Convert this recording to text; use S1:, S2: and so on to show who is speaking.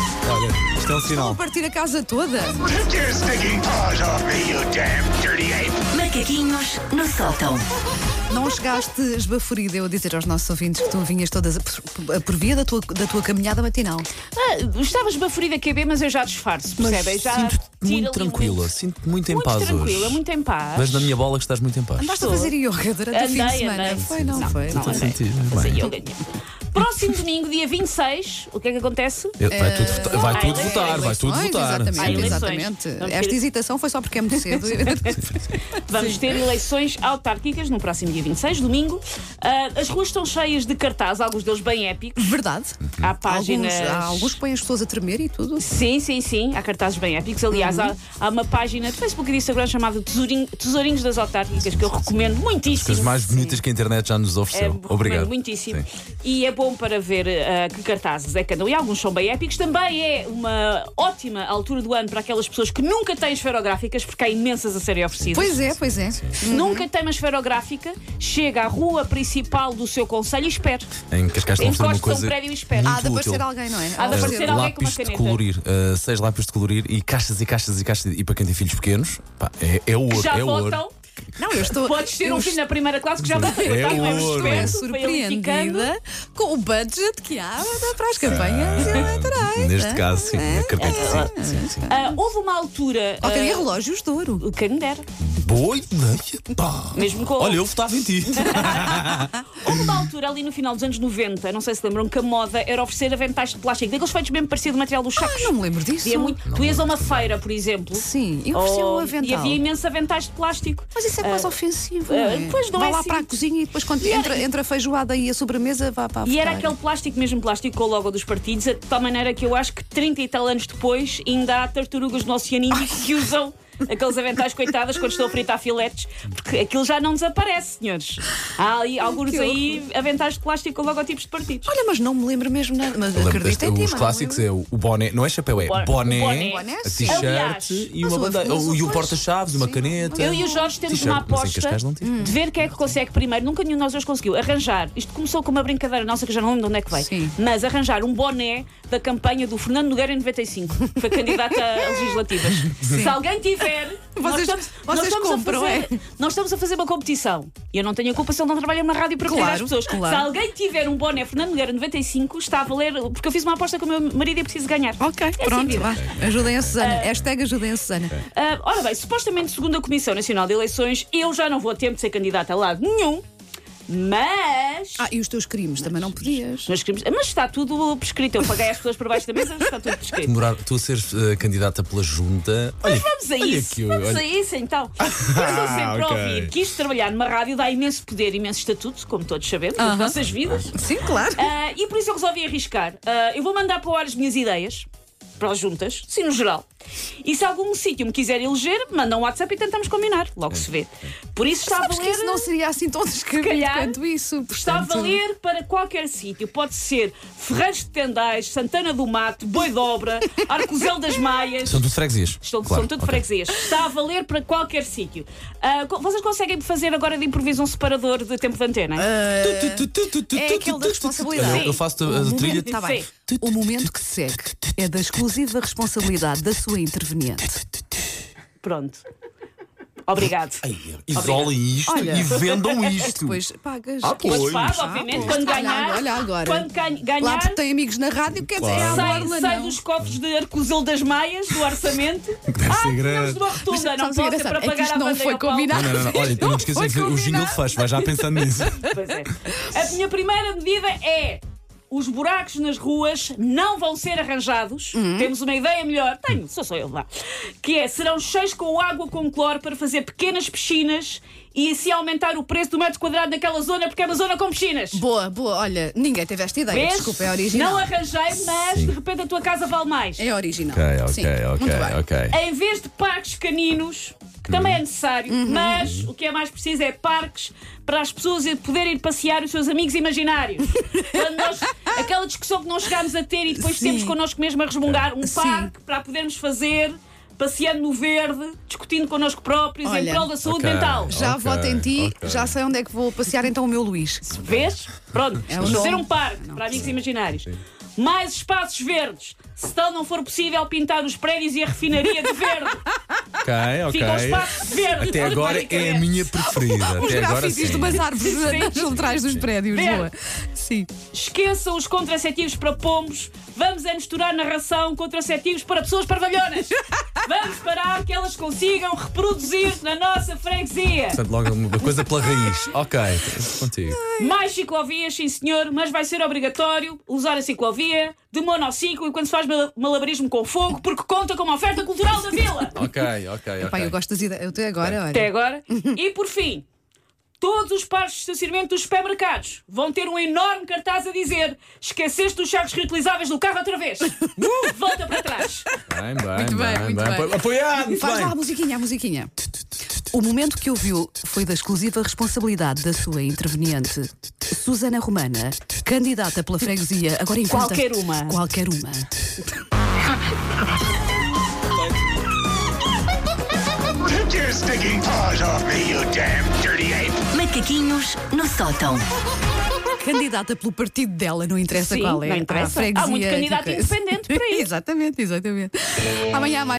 S1: Isto é um
S2: Estão a
S1: sinal.
S2: é partir a casa toda.
S3: Take your stinking paws off me, you damn dirty ape!
S4: Macaquinhos no sótão.
S2: Não chegaste esbaforida eu a dizer aos nossos ouvintes que tu vinhas todas a- por, por via da tua, da tua caminhada matinal.
S5: Ah, estava esbaforida a QB, mas eu já disfarço, percebem? É, Já
S1: Sinto-te
S5: tiro
S1: muito
S5: ali um
S1: tranquila,
S5: look.
S1: sinto-te muito em
S5: Muito
S1: paz
S5: tranquila,
S1: hoje.
S5: muito em paz.
S1: Mas na minha bola que estás muito em paz.
S5: Andaste-
S2: Estás a fazer yoga durante o fim de
S5: Andei,
S2: semana.
S5: andei.
S2: Foi, não, foi?
S1: Estou a
S5: andei.
S1: sentir, bem.
S5: Essa yoga nenhuma. Próximo domingo, dia 26, o que é que acontece?
S1: Eu- Vai tudo vota- vai
S5: há
S1: tudo
S5: eleições.
S1: votar, vai tudo
S2: Eleições,
S1: votar.
S2: Exatamente,
S5: Há
S1: Sim.
S2: exatamente.
S5: eleições.
S2: Esta hesitação foi só porque é muito cedo.
S5: Vamos ter eleições autárquicas no próximo dia 26, domingo. Ah, as ruas estão cheias de cartazes, alguns deles bem épicos.
S2: Verdade.
S5: Há
S2: Alguns,
S5: páginas.
S2: há alguns que põem as pessoas a tremer e tudo.
S5: Sim, sim, sim, há cartazes bem épicos. Aliás,
S1: Uhum.
S5: há, há uma página de Facebook e de Instagram chamada Tesourinho- Tesourinhos das Autárquicas, que eu recomendo muitíssimo.
S1: Coisas mais bonitas que a internet já nos
S5: É,
S1: ofereceu.
S5: recomendo
S1: Então, Obrigado.
S5: muitíssimo.
S1: Sim.
S5: E é bom para ver ah, que cartazes é que andam. E alguns são bem épicos. Também é uma ótima altura do ano para aquelas pessoas que nunca têm esferográficas, porque há imensas a serem oferecidas.
S2: Pois é, pois é.
S5: Nunca tem uma esferográfica, chega à rua principal do seu conselho e espera.
S1: Em Cascais estamos a fazer uma
S5: Encosta um
S1: coisa.
S5: prédio e espera.
S2: Há de
S1: Muito
S2: aparecer
S1: útil.
S2: alguém, não é?
S5: Há de
S1: Uh,
S5: aparecer alguém com uma
S1: lápis de
S5: caneta.
S1: colorir, uh, seis lápis de colorir e caixas e caixas e caixas. E para quem tem filhos pequenos, pá, é, é ouro.
S5: Já
S1: é
S5: votam.
S1: ouro.
S2: Não, eu estou.
S5: Podes ter
S2: eu
S5: um filho na primeira classe que já vai
S1: É
S5: votar, não é?
S1: ouro.
S5: Foi ele ficando.
S2: surpreendida com o budget que há para as campanhas eleitorais.
S1: Neste
S2: não é?
S1: caso, sim, acredito que sim. sim, sim.
S5: Ah, houve uma altura.
S2: Qualquer dia
S5: ah,
S2: relógios de ouro.
S5: quem me dera.
S1: Boa ideia, pá.
S5: Mesmo com-
S1: Olha, eu votava em ti.
S5: Houve uma altura ali no final dos anos 90, não sei se lembram, que a moda era oferecer aventais de plástico, daqueles feitos mesmo parecido do material dos
S2: Ah,
S5: sacos.
S2: não me lembro disso.
S5: Havia muito- Tu ias a uma feira, por exemplo.
S2: Sim, e ofereciam um avental.
S5: E havia imensos aventais de plástico.
S2: Mas isso é quase ofensivo.
S5: ah,
S2: não é?
S5: pois não
S2: Vá
S5: é
S2: lá
S5: assim.
S2: para a cozinha e depois quando
S5: era-
S2: entra, entra a feijoada e a sobremesa, vá para a
S5: E era
S2: fritar.
S5: aquele plástico, mesmo plástico, com o logo dos partidos, de tal maneira que eu acho que 30 e tal anos depois ainda há tartarugas no Oceano Índico que usam aqueles aventais coitadas quando estão a fritar filetes, porque aquilo já não desaparece, senhores. Há ali, alguns
S2: que
S5: aí aventais de plástico com logotipos de partidos.
S2: Olha, mas não me lembro mesmo nada. Mas acredito em ti, mas
S1: Os
S2: não
S1: clássicos
S2: lembro.
S1: é o boné, não é chapéu, é
S5: O bo-
S1: boné,
S5: o boné.
S1: a
S5: Aliás,
S1: t-shirt e
S2: mas
S1: uma
S2: o
S1: bandeira.
S2: azul,
S1: E um
S2: pois.
S1: porta-chaves, uma
S2: Sim.
S1: caneta.
S5: Eu e o Jorge
S1: T-shirt,
S5: temos
S1: assim
S5: uma
S1: mas em
S5: aposta
S1: Cascais não tive.
S5: de ver quem é que consegue primeiro. Nunca nenhum de nós dois conseguiu arranjar. Isto começou com uma brincadeira nossa que eu já não lembro de onde é que veio.
S2: Sim.
S5: Mas arranjar um boné da campanha do Fernando Nogueira em 95, que foi candidato a legislativas. Se alguém tiver. nós
S2: Vocês-
S5: estamos, nós
S2: vocês
S5: estamos
S2: compram,
S5: a fazer,
S2: é?
S5: Nós estamos a fazer uma competição. E eu não tenho a culpa se ele não trabalha na rádio para
S2: Claro,
S5: cuidar as pessoas.
S2: claro.
S5: Se alguém tiver um boné Fernando Nogueira 95, está a valer. Porque eu fiz uma aposta com o meu marido e é preciso ganhar.
S2: Ok,
S5: assim Eh, a
S2: pronto,
S5: vida.
S2: vá. Ajudem a Susana. Hashtag ajudem a Susana.
S5: Ah, ora bem, supostamente, segundo a Comissão Nacional de Eleições, eu já não vou a tempo de ser candidata a lado nenhum, mas.
S2: Ah, e os teus crimes também não podias.
S5: Mas, queremos- mas está tudo prescrito. Eu paguei as pessoas por baixo da mesa, está tudo prescrito.
S1: Morar, tu a ser eh, candidata pela junta. Olha,
S5: Vamos a
S1: olha
S5: isso,
S1: que eu-
S5: vamos
S1: olha-
S5: a isso então. Eu estou sempre a
S1: ok.
S5: ouvir que isto de trabalhar numa rádio dá imenso poder, imenso estatuto, como todos sabemos, nas nossas vidas.
S2: Sim, claro.
S5: Ah, e por isso eu resolvi arriscar. Ah, eu vou mandar para o ar as minhas ideias, para as juntas, sim, no geral. E se algum sítio me quiser eleger, manda um WhatsApp e tentamos combinar. Logo se vê. Por isso está
S2: Sabes
S5: a
S2: que
S5: valer.
S2: isso não seria assim tão descabido
S5: calhar,
S2: quanto isso.
S5: Está a
S2: portanto.
S5: valer para qualquer sítio. Pode ser Ferreiros de Tendais, Santana do Mato, Boi de Obra, Arcosel das Maias.
S1: São tudo freguesias.
S5: Estão,
S1: Claro,
S5: são tudo
S1: ok.
S5: freguesias. Está a valer para qualquer sítio. Ah, co- vocês conseguem fazer agora de improviso um separador de tempo de antena?
S1: Ah.
S5: hein?
S1: Tu, tu, tu, tu, tu,
S2: É
S1: tu,
S2: aquele
S1: tu,
S2: da
S1: tu,
S2: responsabilidade.
S1: Eu- Eu faço a- a
S2: O
S1: trilha.
S2: momento- tá bem.
S5: Sim.
S2: O momento que segue é da exclusiva responsabilidade da sua interveniente.
S5: Pronto. Obrigado.
S1: Ai, Isolem isto
S2: Olha.
S1: e vendam isto.
S2: Depois pagas.
S1: Ah, pois.
S5: Depois pago,
S1: Ah,
S5: obviamente,
S2: pois.
S5: quando
S2: Olha,
S5: ganhar.
S2: olha agora.
S5: Quando gan-
S2: Lá
S5: ganhar,
S2: porque tem amigos na rádio, quer dizer,
S1: Ah.
S2: é à
S5: sai,
S2: borla,
S5: sai
S2: não.
S5: dos cofres de Arcozil das Maias, do orçamento.
S1: ser
S5: ah,
S1: grande.
S5: temos de uma rotunda,
S2: Mas sabes
S5: não
S2: o que é
S5: pode ser para
S2: engraçado? É que
S5: pagar
S2: isto
S5: à
S2: não
S5: banda e
S2: foi
S5: ao Paulo.
S2: combinado.
S1: Não, não, não. Olha, não te esqueças de ver o
S2: Foi
S1: jingle de
S2: combinado.
S1: faz, vai já pensando nisso.
S5: Pois é. A minha primeira medida é. Os buracos nas ruas não vão ser arranjados.
S2: Uhum.
S5: Temos uma ideia melhor. Tenho, sou só eu lá. Que é, serão cheios com água com cloro para fazer pequenas piscinas e assim aumentar o preço do metro quadrado naquela zona, porque é uma zona com piscinas.
S2: Boa, boa. Olha, ninguém teve esta ideia.
S5: Vês?
S2: Desculpa, é
S5: Não
S2: original.
S5: arranjei, mas de repente a tua casa vale mais.
S2: É original.
S1: Ok,
S2: Sim,
S1: ok,
S2: muito bem.
S1: ok, ok.
S5: Em vez de parques caninos, que também é necessário,
S2: Uhum.
S5: mas o que é mais preciso é parques para as pessoas ir- poderem ir passear os seus amigos imaginários. Quando nós- aquela discussão que nós chegámos a ter e depois
S2: Sim.
S5: temos connosco mesmo a resmungar um
S2: Sim.
S5: parque para podermos fazer. Passeando no verde, discutindo connosco próprios,
S2: Olha.
S5: em prol da saúde
S1: Ok.
S5: mental.
S2: Já
S1: Ok,
S2: voto em ti,
S1: ok.
S2: já sei onde é que vou passear então o meu Luís.
S5: Vês? Pronto,
S2: É
S5: vamos
S2: um
S5: fazer
S2: nome.
S5: um parque para amigos imaginários. Mais espaços verdes. Se tal não for possível, pintar os prédios e a refinaria de verde.
S1: Ok, ok.
S5: Fica um espaço verde.
S1: Até agora
S5: Olha,
S1: é a minha preferida.
S2: Os
S1: Até agora
S2: grafites de
S1: sim.
S2: umas árvores
S5: Sim, sim.
S2: nas laterais dos prédios,
S5: Verde.
S2: boa. Sim.
S5: Esqueçam os contraceptivos para pombos. Vamos a misturar na ração contraceptivos para pessoas parvalhonas. Vamos parar que elas consigam reproduzir na nossa freguesia.
S1: Portanto, logo uma coisa pela raiz. Ok, contigo.
S5: Mais ciclovias, sim senhor, mas vai ser obrigatório usar a ciclovia de monociclo e quando se faz mal- malabarismo com fogo, porque conta com uma oferta cultural da vila.
S1: Ok, ok,
S2: Pá, eu
S1: ok.
S2: gosto das ideias. Eu até agora, olha.
S5: Até agora. E por fim, todos os parques de estacionamento dos supermercados vão ter um enorme cartaz a dizer: esqueceste os sacos reutilizáveis do carro outra vez. Volta para trás.
S1: Bem, bem,
S2: Muito bem, muito bem.
S1: Apoiado, muito
S2: Faz lá a
S1: bem.
S2: musiquinha, a musiquinha. O momento que ouviu foi da exclusiva responsabilidade da sua interveniente, Susana Romana, candidata pela freguesia, agora em conta-
S5: Qualquer uma.
S2: Qualquer uma.
S3: Take your stinking paws off me, you damn dirty ape!
S4: Macaquinhos no sótão.
S2: Candidata pelo partido dela, não interessa
S5: Sim,
S2: qual é.
S5: não interessa.
S2: À freguesia
S5: Há muito candidato
S2: de coisa.
S5: independente para isso.
S2: exatamente, exatamente. Amanhã há mais.